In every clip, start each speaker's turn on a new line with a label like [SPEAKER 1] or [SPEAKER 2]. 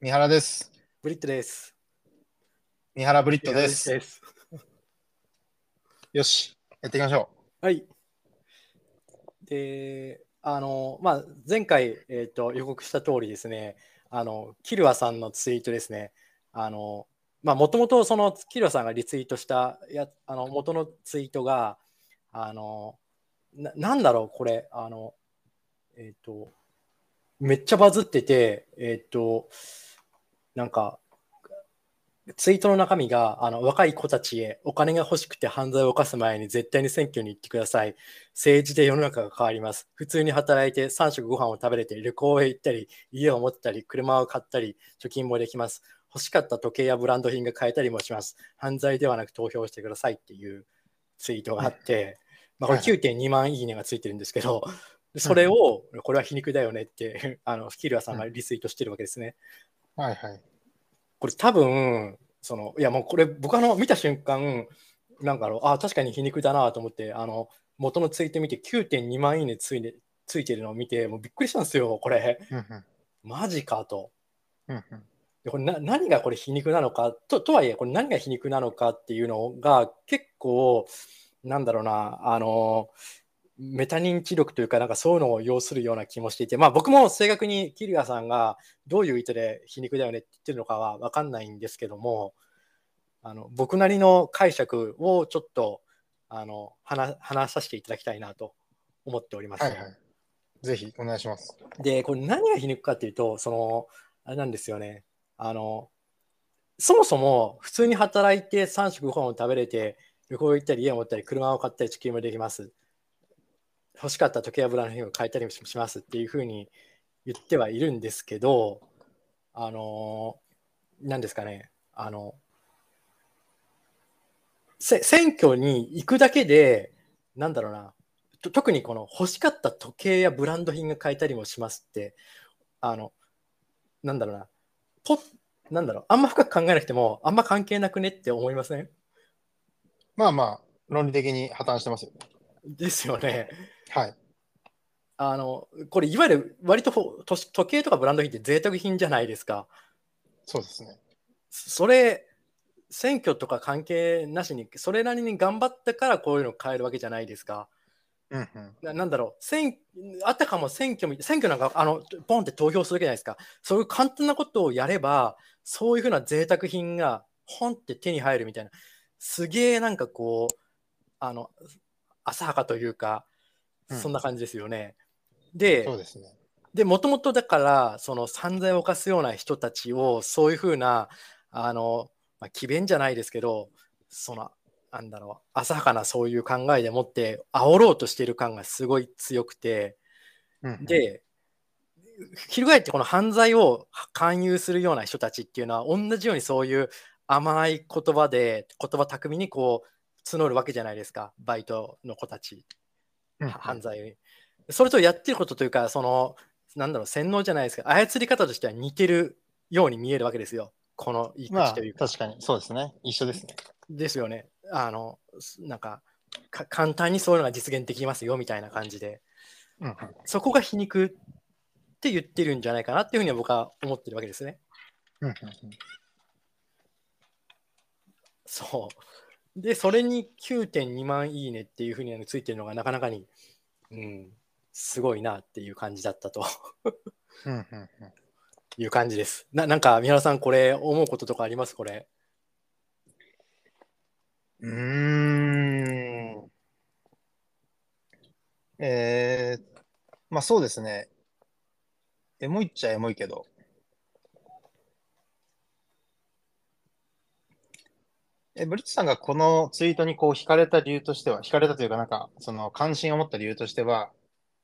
[SPEAKER 1] 三原です。
[SPEAKER 2] ブリットです。
[SPEAKER 1] 三原ブリッ
[SPEAKER 2] ブ
[SPEAKER 1] トです。
[SPEAKER 2] す。
[SPEAKER 1] よし、やっていきましょ
[SPEAKER 2] はい。で、あの、まあ、前回、えー、と予告した通りですね、あの、キルアさんのツイートですね、あの、まあ、もともとそのキルアさんがリツイートしたや、あの、元のツイートが、あの、ななんだろう、これ、あの、えっ、と、めっちゃバズってて、えっ、と、なんか、ツイートの中身が、あの、若い子たちへ、お金が欲しくて犯罪を犯す前に絶対に選挙に行ってください。政治で世の中が変わります。普通に働いて3食ご飯を食べれて、旅行へ行ったり、家を持ったり、車を買ったり、貯金もできます。欲しかった時計やブランド品が買えたりもします。犯罪ではなく投票してくださいっていうツイートがあって、まあ、これ9.2万いいねがついてるんですけど、それを、これは皮肉だよねって、 あの、キルアさんがリツイートしてるわけですね。
[SPEAKER 1] う。はいはい。
[SPEAKER 2] これ多分、その、いやもうこれ僕あの、見た瞬間、なんかあの、あ、確かに皮肉だなと思って、あの、元のツイート見て9.2万いいねついてついてるのを見て、もうびっくりしたんですよ、これ。
[SPEAKER 1] うんうん
[SPEAKER 2] マジかと。
[SPEAKER 1] うんうん
[SPEAKER 2] でこれな何がこれ皮肉なのかととはいえこれ何が皮肉なのかっていうのが結構なんだろうなあのメタ認知力というかなんかそういうのを要するような気もしていてまあ僕も正確にキリアさんがどういう意図で皮肉だよねって言ってるのかは分かんないんですけどもあの僕なりの解釈をちょっとあの話話させていただきたいなと思っております。
[SPEAKER 1] はいはい。ぜひお願いします。
[SPEAKER 2] で、これ何が皮肉かっていうと、その、あれなんですよね。あの、そもそも普通に働いて3食ご飯を食べれて、旅行行ったり家を持ったり車を買ったり地球もできます。欲しかった時計やブランド品を買えたりもしますっていうふうに言ってはいるんですけど、あの、何ですかね、あの、せ選挙に行くだけで、なんだろうな、と特にこの欲しかった時計やブランド品が買えたりもしますってあのなんだろうなポなんだろうあんま深く考えなくてもあんま関係なくねって思いません
[SPEAKER 1] まあまあ、論理的に破綻してますよね。
[SPEAKER 2] ですよね。
[SPEAKER 1] はい。
[SPEAKER 2] あのこれいわゆる割とほとし時計とかブランド品って贅沢品じゃないですか。
[SPEAKER 1] そうですね。
[SPEAKER 2] それ選挙とか関係なしにそれなりに頑張ったからこういうの買えるわけじゃないですか。
[SPEAKER 1] うんうん。
[SPEAKER 2] ななんだろう選あたかも選挙み選挙なんかあのポンって投票するわけじゃないですかそういう簡単なことをやればそういうふうな贅沢品がポンって手に入るみたいなすげえなんかこうあの浅はかというか
[SPEAKER 1] うん
[SPEAKER 2] そんな感じですよね。で
[SPEAKER 1] そうですね。
[SPEAKER 2] で、もともとだから、その犯罪を犯すような人たちを、そういうふうな、あの、まあ、詭弁じゃないですけど、その、なんだろう、浅はかなそういう考えでもって、煽ろうとしている感がすごい強くて、
[SPEAKER 1] うんうん、
[SPEAKER 2] で、翻ってこの犯罪を勧誘するような人たちっていうのは、同じようにそういう甘い言葉で、言葉巧みにこう、募るわけじゃないですか、バイトの子たち
[SPEAKER 1] うんうん
[SPEAKER 2] は 犯罪にそれとやってることというか、その、なんだろう、洗脳じゃないですか、操り方としては似てるように見えるわけですよ。この言い
[SPEAKER 1] まあ、
[SPEAKER 2] 口というか。
[SPEAKER 1] 確かに。そうですね。一緒ですね。
[SPEAKER 2] ですよね。あの、すなんかか、簡単にそういうのが実現できますよみたいな感じで、
[SPEAKER 1] うんうん。
[SPEAKER 2] そこが皮肉って言ってるんじゃないかなっていうふうには僕は思ってるわけですね。
[SPEAKER 1] うんうん
[SPEAKER 2] そう。で、それに9.2万いいねっていうふうについてるのがなかなかに、うん、すごいなっていう感じだったと。
[SPEAKER 1] うんうんうんうん
[SPEAKER 2] いう感じです。ななんか、三原さん、これ、思うこととかありますこれ。
[SPEAKER 1] うーん。えー、まあそうですね。エモいっちゃエモいけど。え、ブリッツさんがこのツイートにこう惹かれた理由としては、惹かれたというか、なんか、その関心を持った理由としては、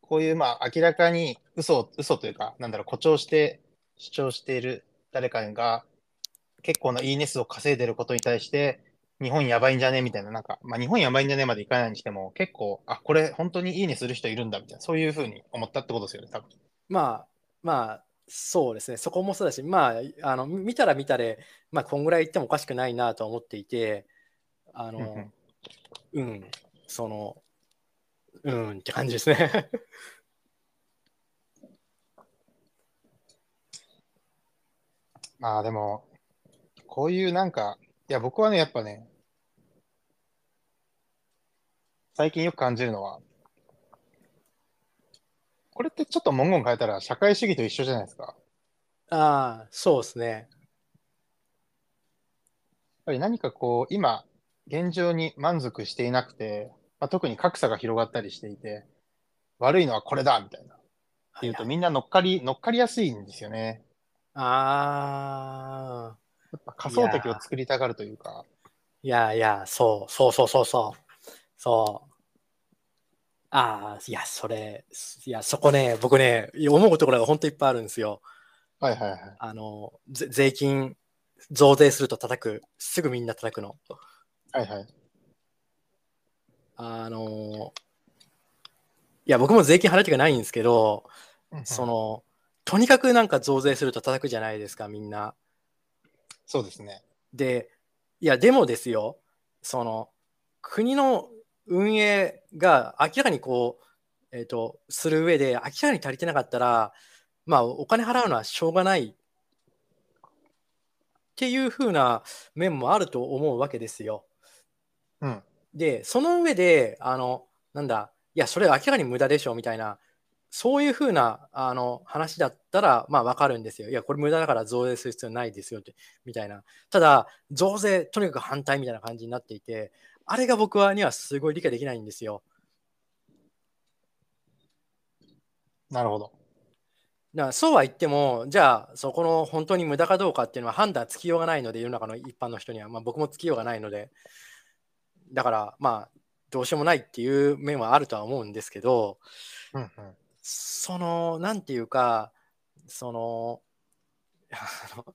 [SPEAKER 1] こういう、まあ明らかに嘘を、嘘というか、なんだろう、誇張して主張している誰かが、結構ないいね数を稼いでることに対して、日本やばいんじゃねみたいな、なんか、まあ、日本やばいんじゃねまでいかないにしても、結構、あ、これ、本当にいいねする人いるんだ、みたいな、そういうふうに思ったってことですよね、多分。
[SPEAKER 2] まあ、まあ、そうですね。そこもそうだし、まあ、あの見たら見たで、まあ、こんぐらい言ってもおかしくないなとは思っていて、あ
[SPEAKER 1] うんうん、
[SPEAKER 2] のうん、その、うんって感じですね。
[SPEAKER 1] まあでも、こういうなんか、いや僕はね、やっぱね、最近よく感じるのは、これってちょっと文言変えたら社会主義と一緒じゃないですか。やっ
[SPEAKER 2] ああ、そうですね。
[SPEAKER 1] ぱり何かこう、今、現状に満足していなくて、まあ、特に格差が広がったりしていて、悪いのはこれだみたいな。言うとみんな乗っかり、乗っかりやすいんですよね。
[SPEAKER 2] ああ、
[SPEAKER 1] やっぱ仮想敵を作りたがるというか。
[SPEAKER 2] いやいや、そう、そうそうそうそう。そう。ああ、いや、それ、いや、そこね、僕ね、思うところが本当いっぱいあるんですよ。
[SPEAKER 1] はいはいはい。
[SPEAKER 2] あの、ぜ税金、増税すると叩く、すぐみんな叩くの。
[SPEAKER 1] はいはい。
[SPEAKER 2] あの、いや、僕も税金払ってがないんですけど、
[SPEAKER 1] うんうん
[SPEAKER 2] その、とにかくなんか増税すると叩くじゃないですか、みんな。
[SPEAKER 1] そうですね。
[SPEAKER 2] で、いや、でもですよ、その、国の運営が明らかにこう、えっ、と、する上で、明らかに足りてなかったら、まあ、お金払うのはしょうがないっていう風な面もあると思うわけですよ。
[SPEAKER 1] うん。
[SPEAKER 2] で、その上で、あの、なんだ、いや、それ明らかに無駄でしょみたいな、そういうふうなあの話だったら、まあ、わかるんですよ。いや、これ無駄だから増税する必要ないですよって、みたいな。ただ、増税、とにかく反対みたいな感じになっていて、あれが僕はにはすごい理解できないんですよ。
[SPEAKER 1] なるほど。
[SPEAKER 2] だからそうは言っても、じゃあ、そこの本当に無駄かどうかっていうのは判断つきようがないので、世の中の一般の人には、まあ、僕もつきようがないので、だから、まあ、どうしようもないっていう面はあるとは思うんですけど、
[SPEAKER 1] うんうん。
[SPEAKER 2] その、なんていうか、その、 あの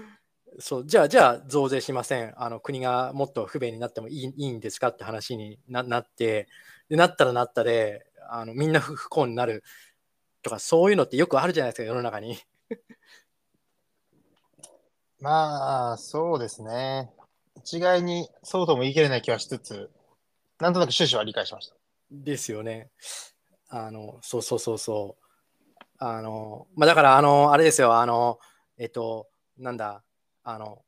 [SPEAKER 2] そう、じゃあ、じゃあ、増税しません。あの、国がもっと不便になってもいいいいんですかって話にななって、で、なったらなったで、あの、みんな不不幸になるとか、そういうのってよくあるじゃないですか、世の中に。
[SPEAKER 1] まあ、そうですね。一概にそうとも言い切れない気はしつつ、なんとなく趣旨は理解しました。
[SPEAKER 2] ですよね。あの、そうそうそうそう。あの、まあ、だから、あの、あれですよ、あの、えっと、なんだ、あの、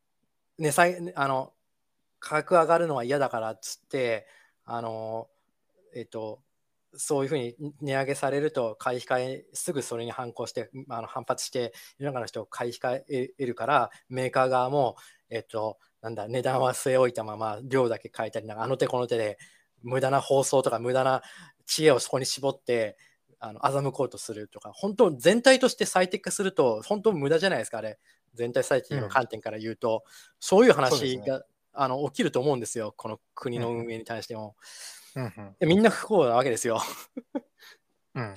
[SPEAKER 2] 値下げ、あの、価格上がるのは嫌だからっつって、あの、えっと、そういうふうに値上げされると買い控え、すぐそれに反抗して、あの反発して、世の中の人を買い控えるから、メーカー側も、えっと、なんだ、値段は据え置いたまま、量だけ変えたりなんか、あの手この手で、無駄な放送とか無駄な知恵をそこに絞ってあの欺こうとするとか本当全体として最適化すると本当無駄じゃないですかあれ全体最適の観点から言うと、そういう
[SPEAKER 1] そうで
[SPEAKER 2] 話
[SPEAKER 1] すね
[SPEAKER 2] が、あの起きると思うんですよこの国の運営に対しても、
[SPEAKER 1] うんうん。
[SPEAKER 2] でみんな不幸なわけですよ、
[SPEAKER 1] うん。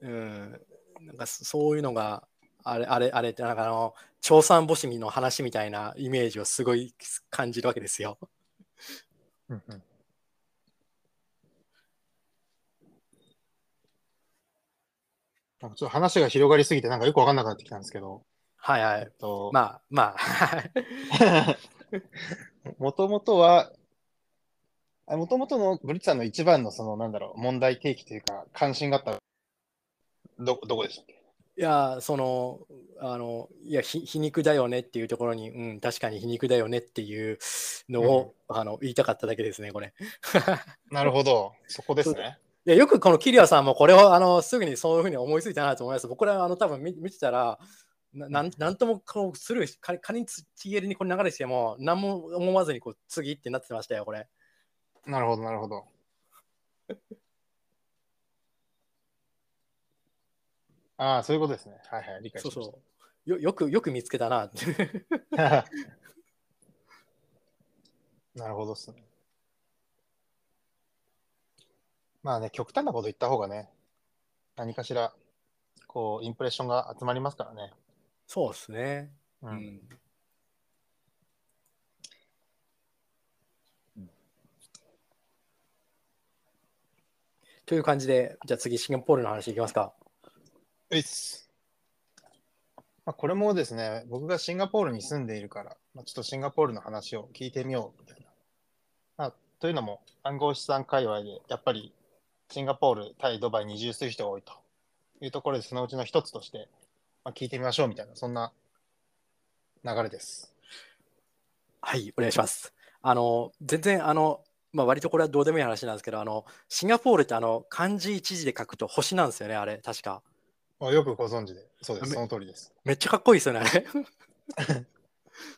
[SPEAKER 2] うん、なんかそそういうのがあれあれあれってなんかあの調査募集の話みたいなイメージをすごい感じるわけですよ
[SPEAKER 1] うんうん。なんかちょっと話が広がりすぎて、なんかよくわかんなくなってきたんですけど、
[SPEAKER 2] はいはい
[SPEAKER 1] えっと、
[SPEAKER 2] まあまあ はい
[SPEAKER 1] もともとは、もともとのブリッツさんの一番のその、なんだろう、問題提起というか、関心があった、ど、どこでしたっけ
[SPEAKER 2] いやー、その、あの、いや、ひ皮肉だよねっていうところに、うん、確かに皮肉だよねっていうのを、あの、言いたかっただけですね、これ。
[SPEAKER 1] なるほど、そこですね。
[SPEAKER 2] いや、よくこのキリアさんもこれを、あの、すぐにそういうふうに思いついたなと思います。僕ら、あの、多分見見てたら、ななんなんともこうスルーし、仮仮に TL にこれ流れしても、何も思わずに、こう、次ってなってましたよ、これ。
[SPEAKER 1] なるほど、なるほど。 ああ、そういうことですね。はいはい、理解し
[SPEAKER 2] そ
[SPEAKER 1] ま
[SPEAKER 2] う
[SPEAKER 1] した。
[SPEAKER 2] そう。よよく、よく見つけたなって。
[SPEAKER 1] なるほどっすね。まあね、極端なこと言った方がね、何かしら、こう、インプレッションが集まりますからね。
[SPEAKER 2] そうですね。
[SPEAKER 1] う。
[SPEAKER 2] うんん。という感じで、じゃあ次、シンガポールの話いきますか。
[SPEAKER 1] ういっす。まあ、これもですね、僕がシンガポールに住んでいるから、まあ、ちょっとシンガポールの話を聞いてみようみたいな。まあ、というのも、暗号資産界隈で、やっぱりシンガポール、タイ、ドバイに移住する人が多いというところで、そのうちの一つとして、まあ、聞いてみましょうみたいな、そんな流れです。
[SPEAKER 2] はい、お願いします。あの、全然、あの、まあ、割とこれはどうでもいい話なんですけど、あの、シンガポールってあの、漢字一字で書くと星なんですよね、あれ、確か。
[SPEAKER 1] あよくご存知で、そうです、
[SPEAKER 2] め
[SPEAKER 1] その通りです。
[SPEAKER 2] めっちゃかっこいいですよね、あれ。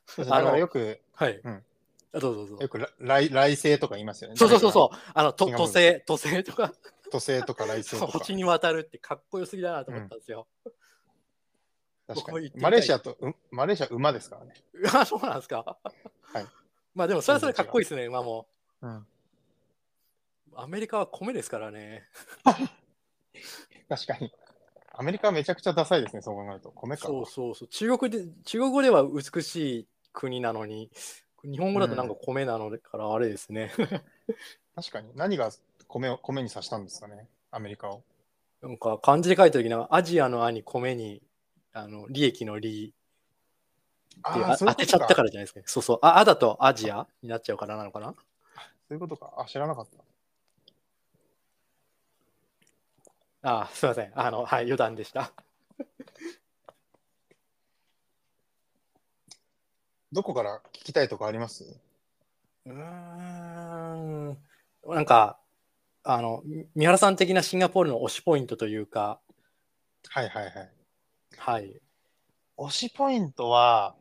[SPEAKER 1] そうです だ
[SPEAKER 2] あの
[SPEAKER 1] からよく、
[SPEAKER 2] はい。
[SPEAKER 1] うん
[SPEAKER 2] あどうぞどうぞ。
[SPEAKER 1] よくら来来世とか言いますよね。
[SPEAKER 2] そうそうそう
[SPEAKER 1] う。
[SPEAKER 2] そう。あの、と
[SPEAKER 1] シンガポ
[SPEAKER 2] 都
[SPEAKER 1] ール
[SPEAKER 2] 政、都政とか、
[SPEAKER 1] 都政とか来世
[SPEAKER 2] そ
[SPEAKER 1] と
[SPEAKER 2] う
[SPEAKER 1] か。
[SPEAKER 2] 星に渡るってかっこよすぎだなと思ったんですよ。
[SPEAKER 1] 確
[SPEAKER 2] 僕も
[SPEAKER 1] か
[SPEAKER 2] 言っ
[SPEAKER 1] に
[SPEAKER 2] てみた
[SPEAKER 1] マ
[SPEAKER 2] い
[SPEAKER 1] レーシアと、うんマレーシア馬ですからね。
[SPEAKER 2] うわ、そうなんですか。
[SPEAKER 1] はい。
[SPEAKER 2] まあでも、それはそれでかっこいいですね、今も
[SPEAKER 1] うん、
[SPEAKER 2] う。アメリカは米ですからね。
[SPEAKER 1] 確かに。アメリカはめちゃくちゃダサいですね、そう考えると。米か。
[SPEAKER 2] そうそうそう。中国で、中国語では美しい国なのに、日本語だとなんか米なのでからあれですね。
[SPEAKER 1] 確かに。何が米を米にさしたんですかね、アメリカを。
[SPEAKER 2] なんか漢字で書いた時なんかアジアの「ア」に米にあの利益の「利」っていう
[SPEAKER 1] あ
[SPEAKER 2] あ
[SPEAKER 1] あ、そうい
[SPEAKER 2] 当
[SPEAKER 1] うこ
[SPEAKER 2] てちゃ
[SPEAKER 1] とか。
[SPEAKER 2] ったからじゃないですか。そうそう。あ、あだとアジアになっちゃうからなのかな。
[SPEAKER 1] そういうことか。あ、知らなかった。
[SPEAKER 2] あ、すいません。あの、はい、余談でした。
[SPEAKER 1] どこから聞きたいとかあります
[SPEAKER 2] うーん。なんか、あの、み三原さん的なシンガポールの推しポイントというか、
[SPEAKER 1] はいはいはい。
[SPEAKER 2] はい。
[SPEAKER 1] 推しポイントは、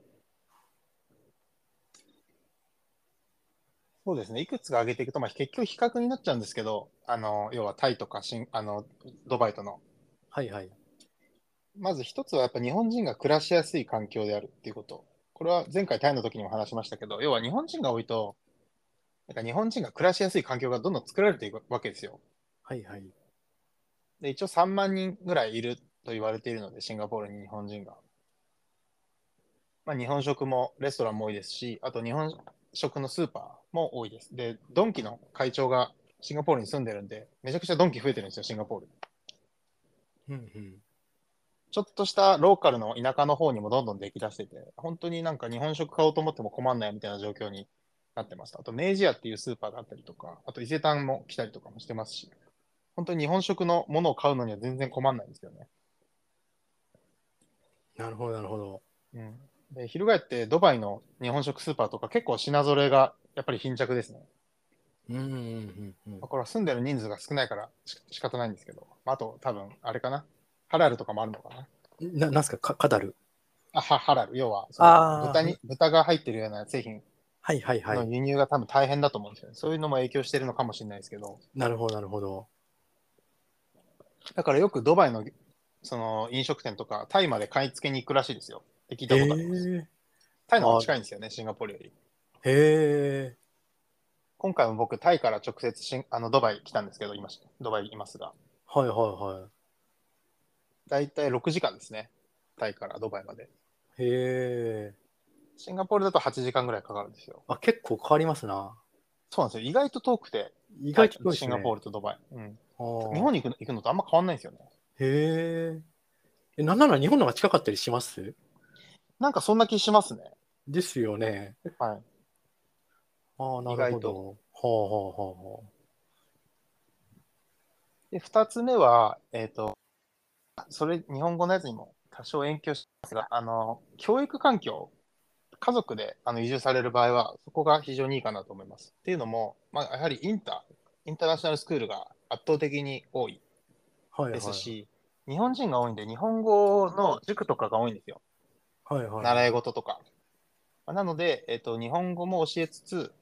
[SPEAKER 1] そうですね、いくつか挙げていくと、まあ、結局比較になっちゃうんですけど、あの要はタイとかシンあのドバイとの、
[SPEAKER 2] はいはい。
[SPEAKER 1] まず一つはやっぱ日本人が暮らしやすい環境であるっていうこと、これは前回タイの時にも話しましたけど、要は日本人が多いと、なんか日本人が暮らしやすい環境がどんどん作られていくわけですよ。
[SPEAKER 2] はいはい。
[SPEAKER 1] で一応3万人ぐらいいると言われているので、シンガポールに日本人が。まあ、日本食もレストランも多いですし、あと日本食のスーパーも多いです。で、ドンキの会長がシンガポールに住んでるんで、めちゃくちゃドンキ増えてるんですよ、シンガポール。
[SPEAKER 2] うんうん。
[SPEAKER 1] ちょっとしたローカルの田舎の方にもどんどん出来出してて、本当になんか日本食買おうと思っても困んないみたいな状況になってました。あと、明治屋っていうスーパーがあったりとか、あと伊勢丹も来たりとかもしてますし、本当に日本食のものを買うのには全然困んないんですよね。
[SPEAKER 2] なるほどなるほど。
[SPEAKER 1] うん、で翻ってドバイの日本食スーパーとか結構品揃えがやっぱり貧弱ですね。
[SPEAKER 2] うんうんうんうんうん
[SPEAKER 1] まあ、。これは住んでる人数が少ないからし仕方ないんですけど、まあ、あと多分あれかな、ハラルとかもあるのかな。
[SPEAKER 2] ななんすかか、カダル。
[SPEAKER 1] あはハラル、要はそ
[SPEAKER 2] あー
[SPEAKER 1] の豚に豚が入ってるような製品
[SPEAKER 2] はいはいはい。
[SPEAKER 1] の輸入が多分大変だと思うんですよね。そういうのも影響してるのかもしれないですけど、
[SPEAKER 2] なるほどなるほど。
[SPEAKER 1] だからよくドバイのその飲食店とか、タイまで買い付けに行くらしいですよ。って聞いた
[SPEAKER 2] へ
[SPEAKER 1] ことあります。
[SPEAKER 2] え。
[SPEAKER 1] タイの方が近いんですよね、シンガポールより。
[SPEAKER 2] へえ。
[SPEAKER 1] 今回も僕、タイから直接シンあのドバイ来たんですけど、今、ドバイいますが。
[SPEAKER 2] はいは
[SPEAKER 1] 大体6時間ですね。タイからドバイまで。
[SPEAKER 2] いはい。へえ。
[SPEAKER 1] シンガポールだと8時間ぐらいかかるんですよ。
[SPEAKER 2] あ、結構変わりますな。
[SPEAKER 1] そうなんですよ。意外と遠くて、
[SPEAKER 2] 意外と遠いです
[SPEAKER 1] シ
[SPEAKER 2] ね
[SPEAKER 1] ンガポールとドバイ。うん、
[SPEAKER 2] あー
[SPEAKER 1] 日本に行くの行くのとあんま変わんないんですよね。
[SPEAKER 2] へえ。えなんなら日本の方が近かったりします
[SPEAKER 1] なんかそんな気しますね。
[SPEAKER 2] ですよね。
[SPEAKER 1] はい。
[SPEAKER 2] ああ、なるほ
[SPEAKER 1] 意外
[SPEAKER 2] ど。はあはあはあは
[SPEAKER 1] で、2つ目は、えっ、と、それ、日本語のやつにも多少影響しますが、あの、教育環境、家族であの移住される場合は、そこが非常にいいかなと思います。っていうのも、まあ、やはりインター、インターナショナルスクールが圧倒的に多い
[SPEAKER 2] あ。はいはい。
[SPEAKER 1] ですし、日本人が多いんで、日本語の塾とかが多いんですよ。
[SPEAKER 2] はいはい。
[SPEAKER 1] 習い事とか。まあなので、えっと、日本語も教えつつ、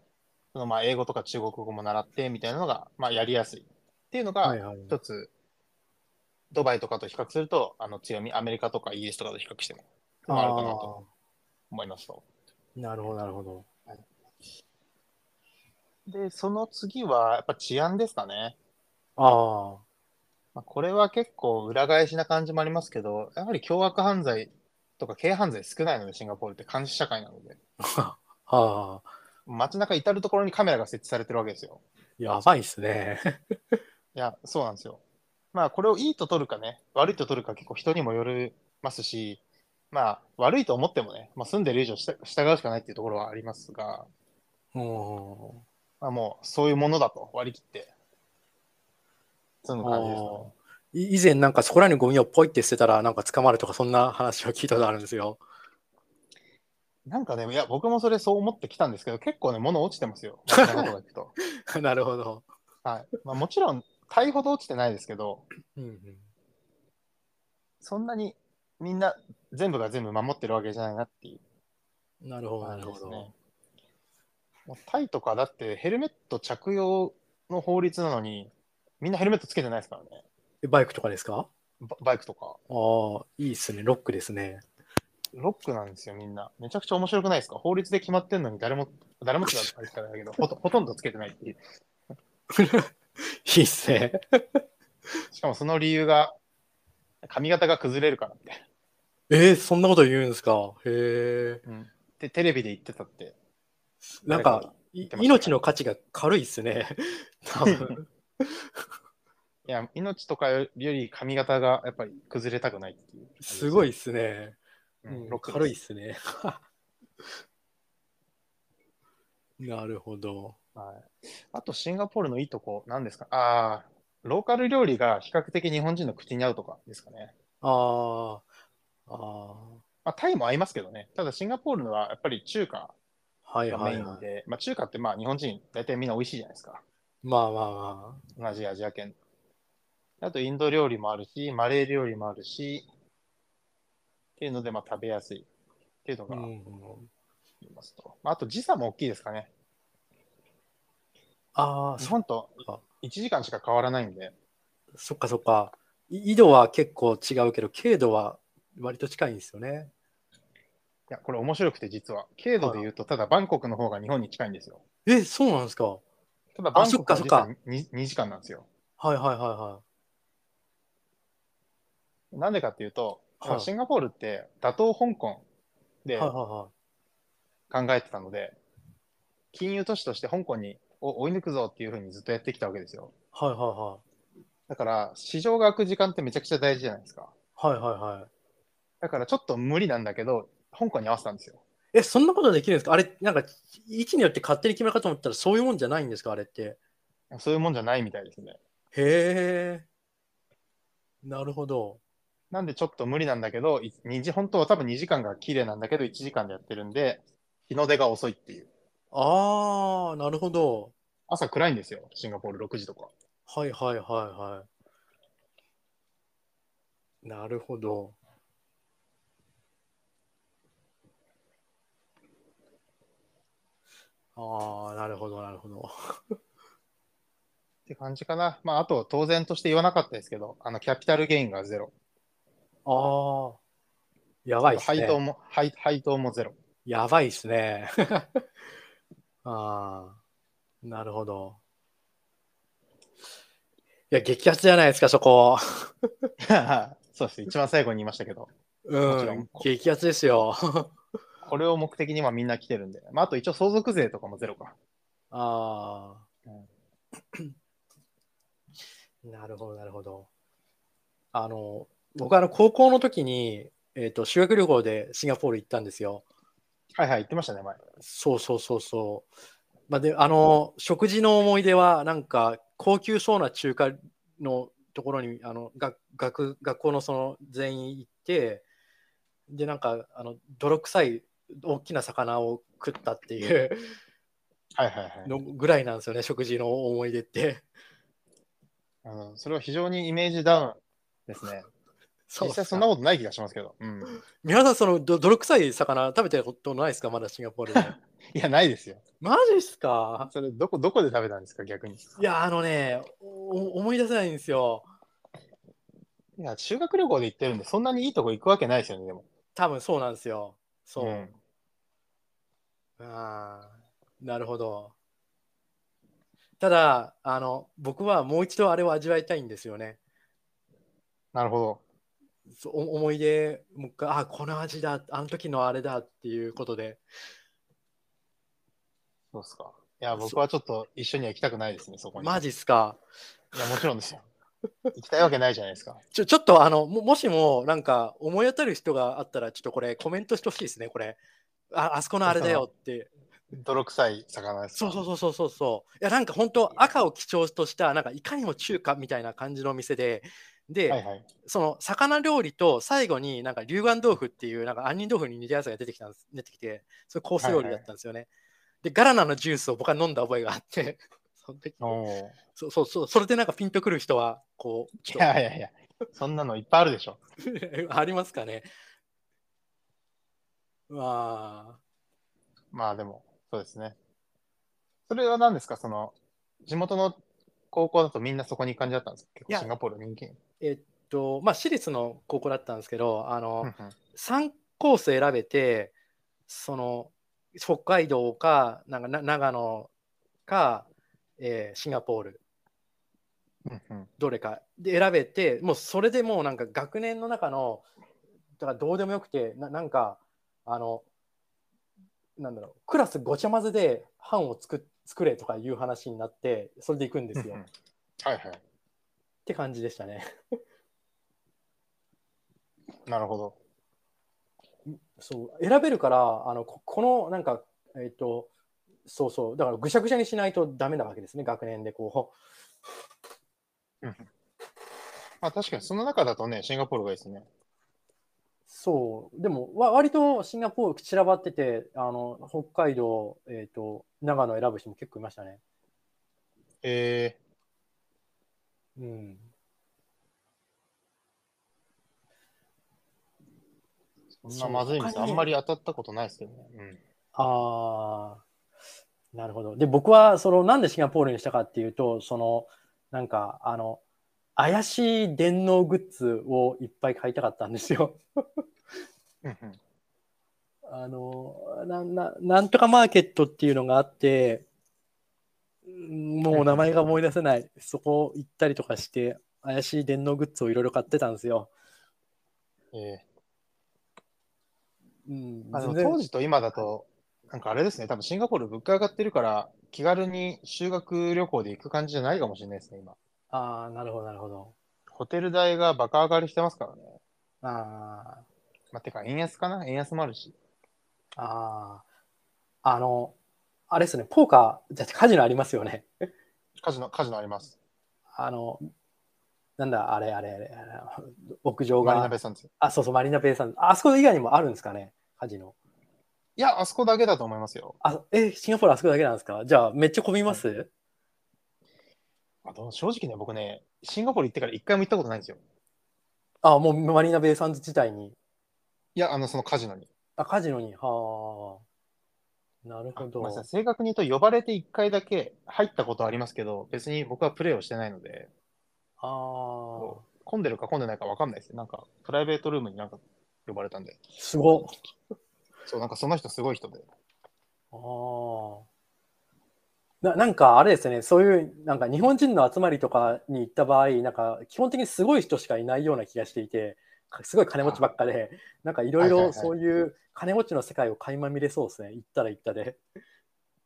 [SPEAKER 1] そのまあ英語とか中国語も習ってみたいなのが、まあ、やりやすいっていうの
[SPEAKER 2] は
[SPEAKER 1] が
[SPEAKER 2] い、はい。
[SPEAKER 1] 一つ、ドバイとかと比較すると、あの強み、アメリカとかイギリスとかと比較しても、
[SPEAKER 2] あ
[SPEAKER 1] あるかなと
[SPEAKER 2] あ
[SPEAKER 1] 思いますと。
[SPEAKER 2] ー、なるほどなるほど。
[SPEAKER 1] で、その次は、やっぱ治安ですかね。
[SPEAKER 2] ああ。
[SPEAKER 1] まあ、これは結構裏返しな感じもありますけど、やはり凶悪犯罪とか軽犯罪少ないので、シンガポールって監視社会なので。
[SPEAKER 2] はあ。
[SPEAKER 1] 街中至る所にカメラが設置されてるわけですよ。
[SPEAKER 2] やばいっすね。
[SPEAKER 1] いや、そうなんですよ。まあ、これをいいと取るかね、悪いと取るか結構人にもよりますし、まあ、悪いと思ってもね、まあ、住んでる以上した従うしかないっていうところはありますが、
[SPEAKER 2] うん。
[SPEAKER 1] まあ、もうそういうものだと割り切って、住む感じですかね。
[SPEAKER 2] あーい以前なんかそこらにゴミをポイって捨てたらなんか捕まるとかそんな話を聞いたことあるんですよ。
[SPEAKER 1] なんかね、いや、僕もそれそう思ってきたんですけど、結構ね、物落ちてます よ。街中とか行くと
[SPEAKER 2] なるほど。
[SPEAKER 1] はいまあ、もちろん、タイほど落ちてないですけど、
[SPEAKER 2] うんうん、
[SPEAKER 1] そんなにみんな全部が全部守ってるわけじゃないなっていう
[SPEAKER 2] なるほど、な
[SPEAKER 1] 感
[SPEAKER 2] る
[SPEAKER 1] じで
[SPEAKER 2] ほ
[SPEAKER 1] す
[SPEAKER 2] ど。
[SPEAKER 1] ね。もうタイとかだってヘルメット着用の法律なのに、みんなヘルメットつけてないですからね。
[SPEAKER 2] えバイクとかですか
[SPEAKER 1] ババイクとか。
[SPEAKER 2] ああ、いいっすね。ロックですね。
[SPEAKER 1] ロックなんですよ、みんな。めちゃくちゃ面白くないですか法律で決まってんのに誰も、誰もって言ったらあれからだけど、ほと ほとんどつけてないっていう。
[SPEAKER 2] いいっすね。
[SPEAKER 1] しかもその理由が、髪型が崩れるからって。
[SPEAKER 2] えーそんなこと言うんですかへえ。
[SPEAKER 1] うん、で、テレビで言ってたって。
[SPEAKER 2] なんか、い
[SPEAKER 1] 言ってましたね
[SPEAKER 2] 命の価値が軽いっすね。多分
[SPEAKER 1] いや、命とかより髪型がやっぱり崩れたくないっていう、
[SPEAKER 2] すご
[SPEAKER 1] い。
[SPEAKER 2] いっすね。
[SPEAKER 1] うん、
[SPEAKER 2] うん
[SPEAKER 1] ロック
[SPEAKER 2] 軽い
[SPEAKER 1] で
[SPEAKER 2] っ
[SPEAKER 1] す。
[SPEAKER 2] すね。 なるほど。
[SPEAKER 1] はい。あと、シンガポールのいいとこ、何ですかああ、ローカル料理が比較的日本人の口に合うとかですかね。
[SPEAKER 2] ああ、ああ、
[SPEAKER 1] まあ、タイも合いますけどね。ただ、シンガポールのはやっぱり中華
[SPEAKER 2] はい
[SPEAKER 1] が
[SPEAKER 2] は
[SPEAKER 1] メイ
[SPEAKER 2] い、
[SPEAKER 1] ン
[SPEAKER 2] はい。
[SPEAKER 1] で、まあ、中華ってまあ日本人大体みんな美味しいじゃないですか。
[SPEAKER 2] まあまあまあ。
[SPEAKER 1] 同じアジア圏。あと、インド料理もあるし、マレー料理もあるし、っていうので、まあ、食べやすいっていうの
[SPEAKER 2] う
[SPEAKER 1] が
[SPEAKER 2] ん
[SPEAKER 1] あ
[SPEAKER 2] うん、
[SPEAKER 1] りますと。まあ、あと、時差も大きいですかね。
[SPEAKER 2] ああ、
[SPEAKER 1] 日
[SPEAKER 2] そ
[SPEAKER 1] 本と
[SPEAKER 2] あ
[SPEAKER 1] 1時間しか変わらないんで、
[SPEAKER 2] そっかそっか。い緯度は結構違うけど、経度は割と近いんですよね。
[SPEAKER 1] いや、これ面白くて実は、経度で言うと、ただバンコクの方が日本に近いんですよ。
[SPEAKER 2] え、そうなんですか。は
[SPEAKER 1] ただバンコクは
[SPEAKER 2] そ
[SPEAKER 1] 実
[SPEAKER 2] っかそっか
[SPEAKER 1] は 2, 2時間なんですよ。
[SPEAKER 2] いはいはいは
[SPEAKER 1] なんでかっていうと、
[SPEAKER 2] はい
[SPEAKER 1] シンガポールって打倒香港
[SPEAKER 2] い。
[SPEAKER 1] で
[SPEAKER 2] はいはいは
[SPEAKER 1] 考えてたので、金融都市として香港にを追い抜くぞっていうふうにずっとやってきたわけですよ。
[SPEAKER 2] い。はいはい
[SPEAKER 1] だから、市場が開く時間ってめちゃくちゃ大事じゃないですか。
[SPEAKER 2] はい。はいはいはい。
[SPEAKER 1] だからちょっと無理なんだけど、香港に合わせたんですよ。
[SPEAKER 2] え、そんなことできるんですかあれ、なんか、位置によって勝手に決めるかと思ったら、そういうもんじゃないんですかあれって。
[SPEAKER 1] そういうもんじゃないみたいですね。
[SPEAKER 2] へえ。なるほど。
[SPEAKER 1] なんでちょっと無理なんだけど、い二時本当は多分2時間が綺麗なんだけど、1時間でやってるんで、日の出が遅いっていう。
[SPEAKER 2] ああ、なるほど。
[SPEAKER 1] 朝暗いんですよ、シンガポール6時とか。
[SPEAKER 2] はいはいはいはい。なるほど。ああ、なるほど、なるほど。
[SPEAKER 1] って感じかな。まあ、あと、当然として言わなかったですけど、あの、キャピタルゲインがゼロ。
[SPEAKER 2] ああ、やばいっす
[SPEAKER 1] 配当
[SPEAKER 2] ね。
[SPEAKER 1] も、配配当もゼロ。
[SPEAKER 2] やばいっすね。 ああ、なるほど。いや、激アツじゃないですか、そこ。
[SPEAKER 1] そうです。一番最後に言いましたけど、もち
[SPEAKER 2] う
[SPEAKER 1] ろん
[SPEAKER 2] ん、激アツですよ。
[SPEAKER 1] これを目的にはみんな来てるんで。まあ、あと一応相続税とかもゼロか。
[SPEAKER 2] ああ。なるほど、なるほど。あの、僕はあの高校の時に、えっと、修学旅行でシンガポール行ったんですよ。
[SPEAKER 1] はいはい、言ってましたね、前。
[SPEAKER 2] そうそうそうそう。まあ、で、あの、食事の思い出は、なんか、高級そうな中華のところに、あの、が学、学校のその全員行って、で、なんか、あの、泥臭い大きな魚を食ったっていう。
[SPEAKER 1] はいはいはい。
[SPEAKER 2] のぐらいなんですよね、食事の思い出って。
[SPEAKER 1] あのそれは非常にイメージダウンですね。
[SPEAKER 2] そう
[SPEAKER 1] 実際そんなことない気がしますけど。うん。
[SPEAKER 2] 皆さん、そのど泥臭い魚食べてることないですか、まだシンガポール で。
[SPEAKER 1] いや、ないですよ。
[SPEAKER 2] マジっすか
[SPEAKER 1] それ、どこ、どこで食べたんですか、逆に。
[SPEAKER 2] いや、あのねお思い出せないんですよ。
[SPEAKER 1] いや、修学旅行で行ってるんで、そんなにいいとこ行くわけないですよね、でも。
[SPEAKER 2] 多分そうなんですよ。そう。
[SPEAKER 1] ん
[SPEAKER 2] あーなるほど。ただあの、僕はもう一度あれを味わいたいんですよね。
[SPEAKER 1] なるほど。
[SPEAKER 2] そうお思い出、もう一回、あ、この味だ、あの時のあれだっていうことで。
[SPEAKER 1] そうですか。いや、僕はちょっと一緒には行きたくないですね、そこに。
[SPEAKER 2] マジっすか
[SPEAKER 1] いや、もちろんですよ。行きたいわけないじゃないですか。
[SPEAKER 2] ちょちょっとあのももしもなんか思い当たる人があったらちょっとこれコメントしてほしいですねこれああそこのあれだよって
[SPEAKER 1] 泥臭い魚ですか
[SPEAKER 2] そ
[SPEAKER 1] ら。
[SPEAKER 2] うそうそうそうそうそういやなんか本当赤を基調としたなんかいかにも中華みたいな感じのお店でで、
[SPEAKER 1] はいはい。
[SPEAKER 2] その魚料理と最後になんか龍眼豆腐っていうなんか杏仁豆腐に似たやつが出てきたんです出てきてそれコース料理だったんですよね、でガラナのジュースを僕は飲んだ覚えがあって その時
[SPEAKER 1] おー
[SPEAKER 2] そうそうそうそれでなんかピンとくる人はこう
[SPEAKER 1] い
[SPEAKER 2] ちょっ
[SPEAKER 1] やいやいや、そんなのいっぱいあるでしょ。
[SPEAKER 2] と ありますかねまあ
[SPEAKER 1] まあでも、そうですね。それは何ですかその、地元の高校だとみんなそこに行く感じだったんですか結
[SPEAKER 2] い
[SPEAKER 1] 構
[SPEAKER 2] や
[SPEAKER 1] シンガポール人気。うん
[SPEAKER 2] えっとまあ私立の高校だったんですけどあの、
[SPEAKER 1] うん
[SPEAKER 2] 3コース選べて、その北海道か、なんかな長野か、えーシンガポール、
[SPEAKER 1] うんうん
[SPEAKER 2] どれかで選べて、もうそれでもうなんか学年の中の、だからどうでもよくて、ななんか、あの、なんだろう、クラスごちゃ混ぜで班を作っ作れとかいう話になって、それで行くんですよ。
[SPEAKER 1] うんうん
[SPEAKER 2] っ
[SPEAKER 1] はいはい。
[SPEAKER 2] て感じでしたね。
[SPEAKER 1] なるほど。
[SPEAKER 2] そう選べるからあのここのなんかえっ、とそうそうだからぐしゃぐしゃにしないとダメなわけですね学年でこ
[SPEAKER 1] まあ確かにその中だとね、シンガポールがいいですね。
[SPEAKER 2] うそうでもわ割とシンガポール散らばっててあの北海道、えっと長野選ぶ人も結構いましたね
[SPEAKER 1] え
[SPEAKER 2] うん
[SPEAKER 1] ー、そんなまずい店
[SPEAKER 2] そう他
[SPEAKER 1] あ
[SPEAKER 2] にね
[SPEAKER 1] んまり当たったことないですけどね。うん
[SPEAKER 2] ああ、なるほど。で、僕は、その、なんでシンガポールにしたかっていうと、その、なんか、あの、怪しい電脳グッズをいっぱい買いたかったんですよ。
[SPEAKER 1] うんうん
[SPEAKER 2] あの、な、な、なんとかマーケットっていうのがあって、うんもう名前が思い出せない。そこ行ったりとかして、怪しい電脳グッズをいろいろ買ってたんですよ。
[SPEAKER 1] え
[SPEAKER 2] う
[SPEAKER 1] ー、
[SPEAKER 2] ん、
[SPEAKER 1] あの
[SPEAKER 2] 全然
[SPEAKER 1] 当時と今だと、なんかあれですね、多分シンガポール物価上がってるから、気軽に修学旅行で行く感じじゃないかもしれないですね、今。
[SPEAKER 2] ああ、なるほど、なるほど。
[SPEAKER 1] ホテル代がバカ上がりしてますからね。
[SPEAKER 2] ああ。
[SPEAKER 1] まあ、てか、円安かな円安もあるし。
[SPEAKER 2] ああ、あの、あれですね、ポーカー、じゃカジノありますよね。
[SPEAKER 1] カジノ、カジノあります。
[SPEAKER 2] あの、なんだ、あれあれあれ、あの屋上
[SPEAKER 1] マリナ
[SPEAKER 2] が、
[SPEAKER 1] ベさんです。
[SPEAKER 2] あ、そうそう、マリナベイさん、あそこ以外にもあるんですかね、カジノ。
[SPEAKER 1] いや、あそこだけだと思いますよ。
[SPEAKER 2] あ、え、シンガポールあそこだけなんですかじゃあ、めっちゃ混みます、
[SPEAKER 1] あと正直ね、僕ね、シンガポール行ってから一回も行ったことないんですよ。
[SPEAKER 2] あ、もうマリナベイさん自体に。
[SPEAKER 1] いや、あの、そのカジノに。
[SPEAKER 2] あ、カジノに。はあ。なる
[SPEAKER 1] あ
[SPEAKER 2] ほ
[SPEAKER 1] ごめんなさ
[SPEAKER 2] ど
[SPEAKER 1] い。正確に言うと、呼ばれて一回だけ入ったことはありますけど、別に僕はプレイをしてないので、
[SPEAKER 2] ああ。
[SPEAKER 1] 混んでるか混んでないか分かんないですね。なんか、プライベートルームになんか呼ばれたんで。
[SPEAKER 2] すごっ。
[SPEAKER 1] そう、なんかその人すごい人で。
[SPEAKER 2] ああ。ななんかあれですね、そういうなんか日本人の集まりとかに行った場合、なんか基本的にすごい人しかいないような気がしていて、かすごい金持ちばっかで、なんかいろい
[SPEAKER 1] はいはいは
[SPEAKER 2] ろ
[SPEAKER 1] い
[SPEAKER 2] そういう金持ちの世界を垣間見れそうですね、行ったら行ったで。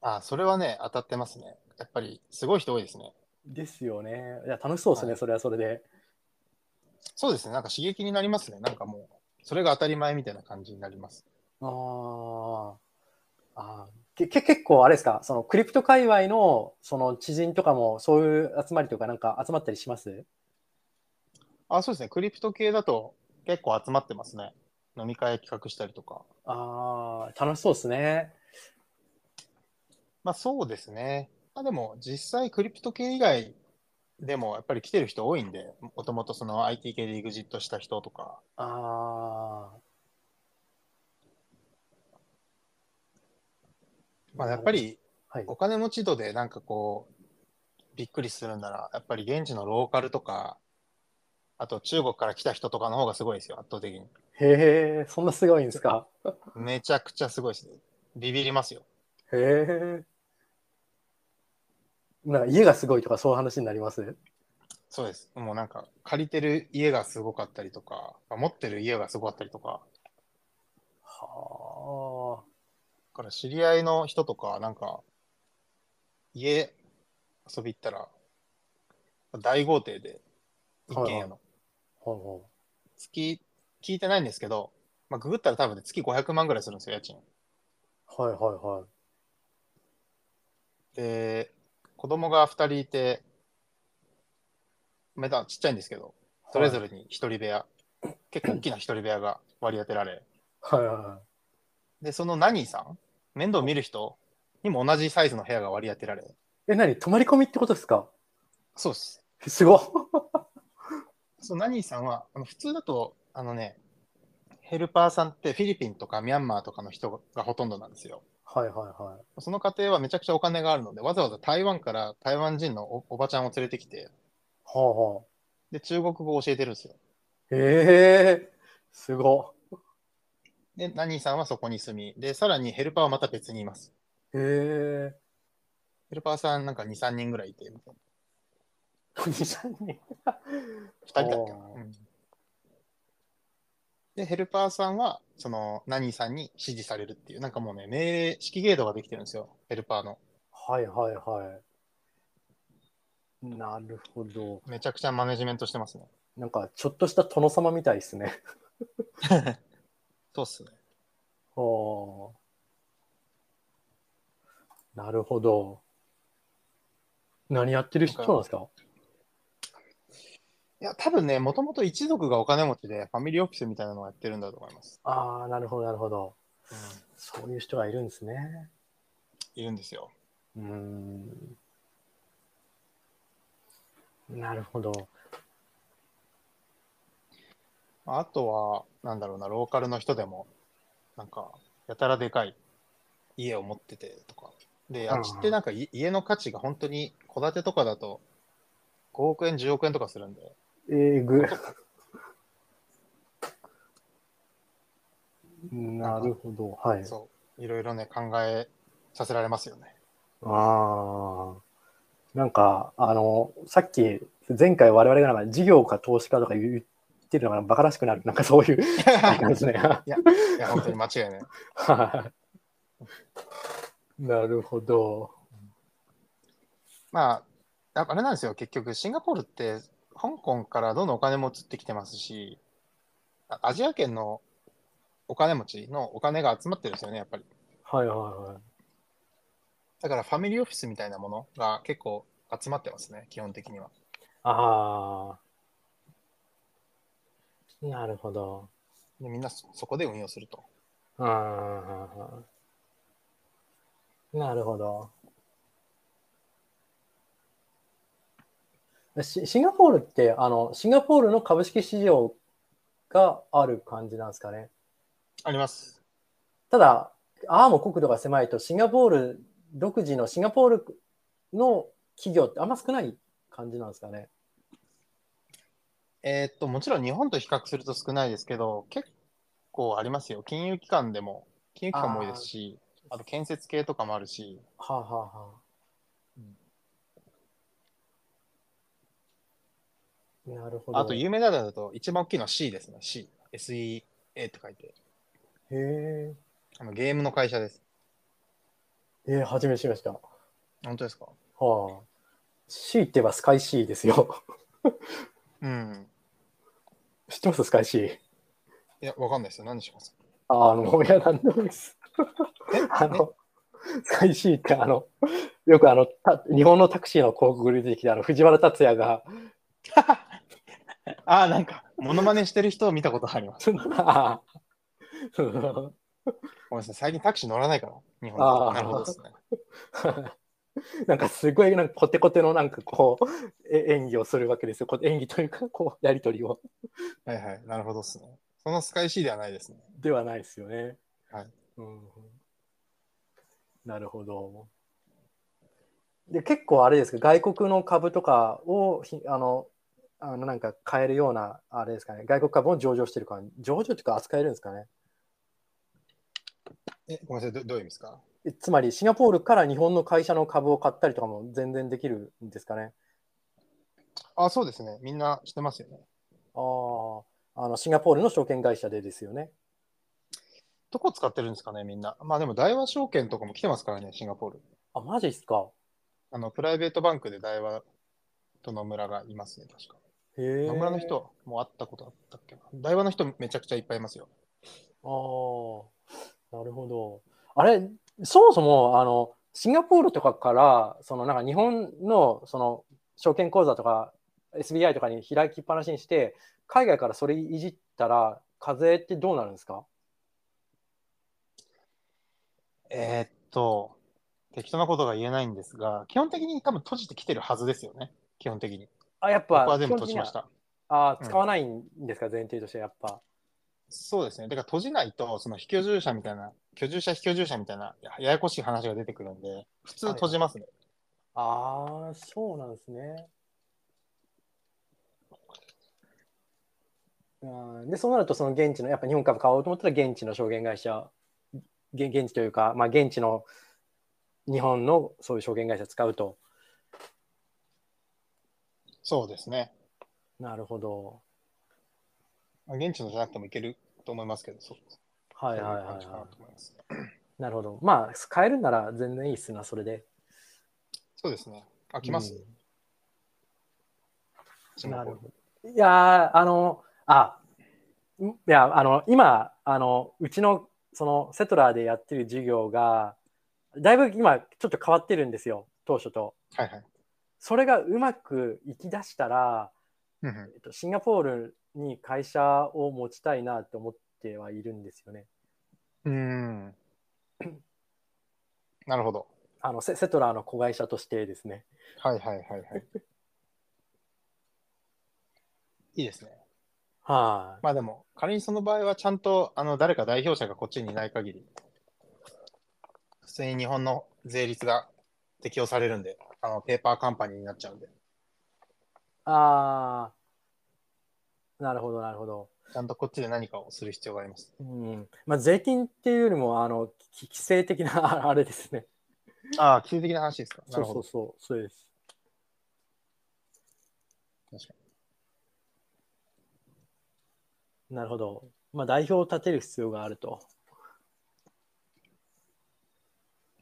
[SPEAKER 1] あ、それはね、当たってますね。やっぱり、すごい人多いですね。
[SPEAKER 2] ですよね。いや、楽しそうですね、
[SPEAKER 1] はい
[SPEAKER 2] それはそれで。
[SPEAKER 1] そうですね、なんか刺激になりますね。なんかもう、それが当たり前みたいな感じになります。
[SPEAKER 2] あーあー。けけ結構あれですか、そのクリプト界隈のその知人とかもそういう集まりとかなんか集まったりします
[SPEAKER 1] あ、そうですね。クリプト系だと結構集まってますね。飲み会企画したりとか。
[SPEAKER 2] ああ、楽しそうですね。
[SPEAKER 1] まあそうですね。まあでも実際クリプト系以外でもやっぱり来てる人多いんで、もともとその IT 系で EXIT した人とか、
[SPEAKER 2] ああ。
[SPEAKER 1] まあやっぱ、り
[SPEAKER 2] はい、
[SPEAKER 1] お金持ち度でなんかこう、びっくりするんなら、やっぱり現地のローカルとか、あと中国から来た人とかの方がすごいですよ、圧倒的に。
[SPEAKER 2] へえ、そんなすごいんですか。
[SPEAKER 1] めちゃくちゃすごいですね。ビビりますよ。
[SPEAKER 2] へえ。なんか家がすごいとかそういう話になります。
[SPEAKER 1] そうです。もうなんか、借りてる家がすごかったりとか、まあ持ってる家がすごかったりとか、
[SPEAKER 2] は
[SPEAKER 1] だから知り合いの人とか、なんか、家遊び行ったら、大豪邸で、一軒家
[SPEAKER 2] はい
[SPEAKER 1] の。
[SPEAKER 2] あ。ほうほ
[SPEAKER 1] 月、聞いてないんですけど、まあ、ググったら多分ね、月500万ぐらいするんですよ、家賃。
[SPEAKER 2] う。はいはいはい。
[SPEAKER 1] で、子供が2人いて、まだちっちゃいんですけど、それぞれに一人部屋、結構大きな一人部屋が割り当てられ、
[SPEAKER 2] はいはいは
[SPEAKER 1] で、そのナニーさん、面倒見る人にも同じサイズの部屋が割り当てられ、
[SPEAKER 2] い。え、何泊まり込みってことですか
[SPEAKER 1] そうです。
[SPEAKER 2] すごっ。
[SPEAKER 1] そう、ナニーさんは、あの普通だと、あのね、ヘルパーさんってフィリピンとかミャンマーとかの人がほとんどなんですよ。
[SPEAKER 2] はいはいはい。
[SPEAKER 1] その家庭はめちゃくちゃお金があるので、わざわざ台湾から台湾人のおおばちゃんを連れてきて、
[SPEAKER 2] はあはあ。
[SPEAKER 1] で、中国語を教えてるんですよ。
[SPEAKER 2] ええすごっ。
[SPEAKER 1] で、ナニーさんはそこに住み、で、さらにヘルパーはまた別にいます。
[SPEAKER 2] ええ
[SPEAKER 1] ヘルパーさんなんか2、3人ぐらいいて、みたい
[SPEAKER 2] ー。23人。
[SPEAKER 1] な2人だっけな
[SPEAKER 2] おー
[SPEAKER 1] うんで、ヘルパーさんは、その、ナニーさんに指示されるっていう、なんかもうね、命令、式ゲードができてるんですよ、ヘルパーの。
[SPEAKER 2] はいはいはい。なるほど。
[SPEAKER 1] めちゃくちゃマネジメントしてますね。
[SPEAKER 2] なんか、ちょっとした殿様みたいですね。
[SPEAKER 1] そうっすね。
[SPEAKER 2] はあ。なるほど。何やってる人なんですか
[SPEAKER 1] いや、多分ね、もともと一族がお金持ちで、ファミリーオフィスみたいなのをやってるんだと思います。
[SPEAKER 2] ああ、なるほど、なるほど。そういう人がいるんですね。
[SPEAKER 1] いるんですよ。
[SPEAKER 2] うーん。なるほど。
[SPEAKER 1] まああとは、なんだろうな、ローカルの人でも、なんか、やたらでかい家を持っててとか。で、あっちってなんかい家の価値が本当に、戸建てとかだと、5億円、10億円とかするんで、
[SPEAKER 2] えー、ぐ。なるほど。はい。
[SPEAKER 1] そう、いろいろね、考えさせられますよね。
[SPEAKER 2] ああ。なんか、あの、さっき、前回我々がなんか事業か投資かとか言ってるのがバカらしくなる。なんかそういう感じですね。
[SPEAKER 1] いや、本当に間違いない。
[SPEAKER 2] はいなるほど。
[SPEAKER 1] まあ、ああれなんですよ、結局、シンガポールって、香港からどんどんお金も移ってきてますし、あアジア圏のお金持ちのお金が集まってるんですよね、やっぱり。
[SPEAKER 2] はいはいはい。
[SPEAKER 1] だから、ファミリーオフィスみたいなものが結構集まってますね、基本的には。
[SPEAKER 2] ああ。なるほど。
[SPEAKER 1] でみんなそそこで運用すると。
[SPEAKER 2] ああ。なるほど。シシンガポールってあの、シンガポールの株式市場がある感じなんですかね。
[SPEAKER 1] あります。
[SPEAKER 2] ただ、ああも国土が狭いと、シンガポール独自のシンガポールの企業ってあんま少ない感じなんですかね。
[SPEAKER 1] えーっと、もちろん日本と比較すると少ないですけど、結構ありますよ。金融機関でも、金融機関も多いですし、あと建設系とかもあるし、
[SPEAKER 2] はあ、はあはあ、なるほど。
[SPEAKER 1] あと有名なのだと一番大きいのは C ですね。C。SEA って書いて。
[SPEAKER 2] へえ。
[SPEAKER 1] あのゲームの会社です。
[SPEAKER 2] えー、初めて知りました。
[SPEAKER 1] 本当ですか
[SPEAKER 2] はあ。C って言えばスカイ C ですよ。
[SPEAKER 1] うん。
[SPEAKER 2] 知ってますスカイ C。
[SPEAKER 1] いや、わかんないですよ。何します
[SPEAKER 2] ああの、いや、なんでもないです。あの、スカイ C ってあの、よくあの、た日本のタクシーの広告に出てきたあの、藤原竜也が、
[SPEAKER 1] ああ、なんか、モノマネしてる人を見たことあります。
[SPEAKER 2] あー
[SPEAKER 1] ごめんなさい。最近タクシー乗らないから、日本
[SPEAKER 2] あ
[SPEAKER 1] は
[SPEAKER 2] ー
[SPEAKER 1] なるほどですね。
[SPEAKER 2] なんかすごいなんかコテコテのなんかこうえ演技をするわけですよ。こ演技というかこうやり取りを。
[SPEAKER 1] はいはい。なるほどですね。そのスカイ C ではないですね。
[SPEAKER 2] ではないですよね。
[SPEAKER 1] はい
[SPEAKER 2] うん、なるほど。で結構あれですけど外国の株とかをひあのあのなんか買えるようなあれですかね外国株も上場してるから上場というか扱えるんですかね
[SPEAKER 1] え、ごめんなさい。どどういう意味ですか
[SPEAKER 2] えつまりシンガポールから日本の会社の株を買ったりとかも全然できるんですかね
[SPEAKER 1] あそうですね。みんなしてますよね。
[SPEAKER 2] あーあのシンガポールの証券会社でですよね
[SPEAKER 1] どこ使ってるんですかね、みんな。まあでも、大和証券とかも来てますからね、シンガポール。
[SPEAKER 2] あマジっすか
[SPEAKER 1] あの、プライベートバンクで大和と野村がいますね、確か。
[SPEAKER 2] へ
[SPEAKER 1] 野
[SPEAKER 2] え
[SPEAKER 1] 村の人も会ったことあったっけな。台湾の人めちゃくちゃいっぱいいますよ。
[SPEAKER 2] ああ、なるほど。あれ、そもそも、あの、シンガポールとかから、そのなんか日本の、その、証券口座とか、 SBI とかに開きっぱなしにして、海外からそれいじったら、課税ってどうなるんですか
[SPEAKER 1] えーっと、適当なことが言えないんですが、基本的に多分閉じてきてるはずですよね。基本的に。
[SPEAKER 2] あ、やっ
[SPEAKER 1] 僕
[SPEAKER 2] ぱ、
[SPEAKER 1] は全部
[SPEAKER 2] 基
[SPEAKER 1] 閉
[SPEAKER 2] 本的
[SPEAKER 1] じ
[SPEAKER 2] には
[SPEAKER 1] ました。
[SPEAKER 2] あ
[SPEAKER 1] うん
[SPEAKER 2] 使わないんですか、前提として、やっぱ。
[SPEAKER 1] そうですね。だから閉じないと、その非居住者みたいな、居住者、非居住者みたいな、やややこしい話が出てくるんで、普通閉じますね。
[SPEAKER 2] ああ、そうなんですね。うんで、そうなると、その現地の、やっぱ日本株買おうと思ったら、現地の証券会社、げ現地というか、まあ、現地の日本のそういう証券会社使うと。
[SPEAKER 1] そうですね。
[SPEAKER 2] なるほど。
[SPEAKER 1] まあ現地のじゃなくてもいけると思いますけど、そう
[SPEAKER 2] はいはい
[SPEAKER 1] そういう
[SPEAKER 2] は
[SPEAKER 1] 感じ
[SPEAKER 2] い、
[SPEAKER 1] か
[SPEAKER 2] は
[SPEAKER 1] なと思いますね
[SPEAKER 2] い。なるほど。まあ、買えるなら全然いいっすな、それで。
[SPEAKER 1] そうですね。あ、来ます、
[SPEAKER 2] うんなる
[SPEAKER 1] ど。
[SPEAKER 2] ほど。いやーあの、あ、んいや、あの、今、あの、うちの、その、セトラーでやってる授業が、だいぶ今、ちょっと変わってるんですよ、当初と。
[SPEAKER 1] はいはい。
[SPEAKER 2] それがうまくいきだしたら、
[SPEAKER 1] うんうん
[SPEAKER 2] えっと、シンガポールに会社を持ちたいなと思ってはいるんですよね。
[SPEAKER 1] うーん。なるほど。
[SPEAKER 2] あの、セセトラーの子会社としてですね。
[SPEAKER 1] はいはいはいはい。いいですね。
[SPEAKER 2] はい、
[SPEAKER 1] まあでも、仮にその場合は、ちゃんとあの誰か代表者がこっちにいない限り、普通に日本の税率が適用されるんで、あのペーパーカンパニーになっちゃうんで、
[SPEAKER 2] ああ、なるほど、なるほど。
[SPEAKER 1] ちゃんとこっちで何かをする必要があります。
[SPEAKER 2] うん。まあ、税金っていうよりも、あの、き規制的な あれですね。
[SPEAKER 1] ああ、奇跡的な話ですか。な
[SPEAKER 2] そう
[SPEAKER 1] るほ
[SPEAKER 2] そ
[SPEAKER 1] ど
[SPEAKER 2] う。そう、そうです。
[SPEAKER 1] 確か
[SPEAKER 2] なるほど。まあ、代表を立てる必要があると。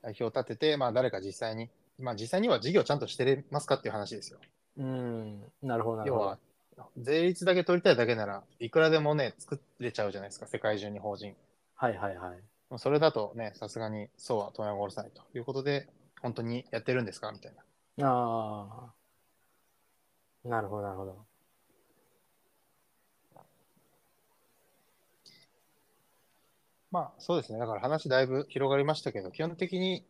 [SPEAKER 1] 代表を立てて、まあ誰か実際に、まあ実際には事業ちゃんとしてれますかっていう話ですよ。
[SPEAKER 2] うん。なるほど、なる
[SPEAKER 1] 要
[SPEAKER 2] ほど。
[SPEAKER 1] は、税率だけ取りたいだけならいくらでもね、作れちゃうじゃないですか、世界中に法人。
[SPEAKER 2] はいはいはい。
[SPEAKER 1] もうそれだとね、さすがにそうは問屋を下ろさないということで、本当にやってるんですかみたいな。
[SPEAKER 2] ああ。なるほど、なるほど。
[SPEAKER 1] まあそうですね、だから話だいぶ広がりましたけど、基本的に、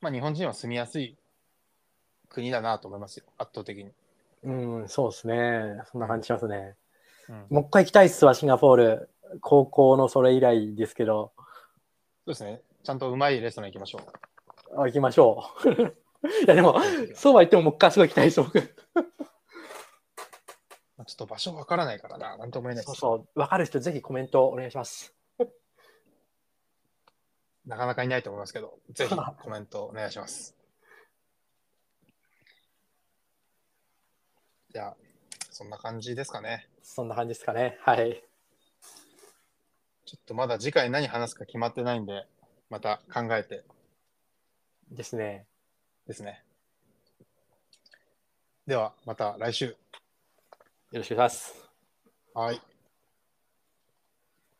[SPEAKER 1] まあ、日本人は住みやすい国だなと思いますよ、圧倒的に。
[SPEAKER 2] うん、そうですね。そんな感じしますね。
[SPEAKER 1] うんそう
[SPEAKER 2] もう一回行きたいっすわ、シンガポール。高校のそれ以来ですけど、
[SPEAKER 1] ですね、ちゃんとうまいレストラン行きま しょう。
[SPEAKER 2] あ行きましょう。 いや、でも、そうは言っても、もう一回すごい行きたいです、僕。
[SPEAKER 1] まあ、ちょっと場所わからないからな、なんとも言えない
[SPEAKER 2] そう
[SPEAKER 1] です。
[SPEAKER 2] そう、分かる人、ぜひコメントお願いします。
[SPEAKER 1] なかなかいないと思いますけど、ぜひコメントお願いします。じゃあ、そんな感じですかね。
[SPEAKER 2] そんな感じですかね。はい。
[SPEAKER 1] ちょっとまだ次回何話すか決まってないんで、また考えて
[SPEAKER 2] ですね。
[SPEAKER 1] ですね。では、また来週。
[SPEAKER 2] よろしくお願いします。
[SPEAKER 1] はい。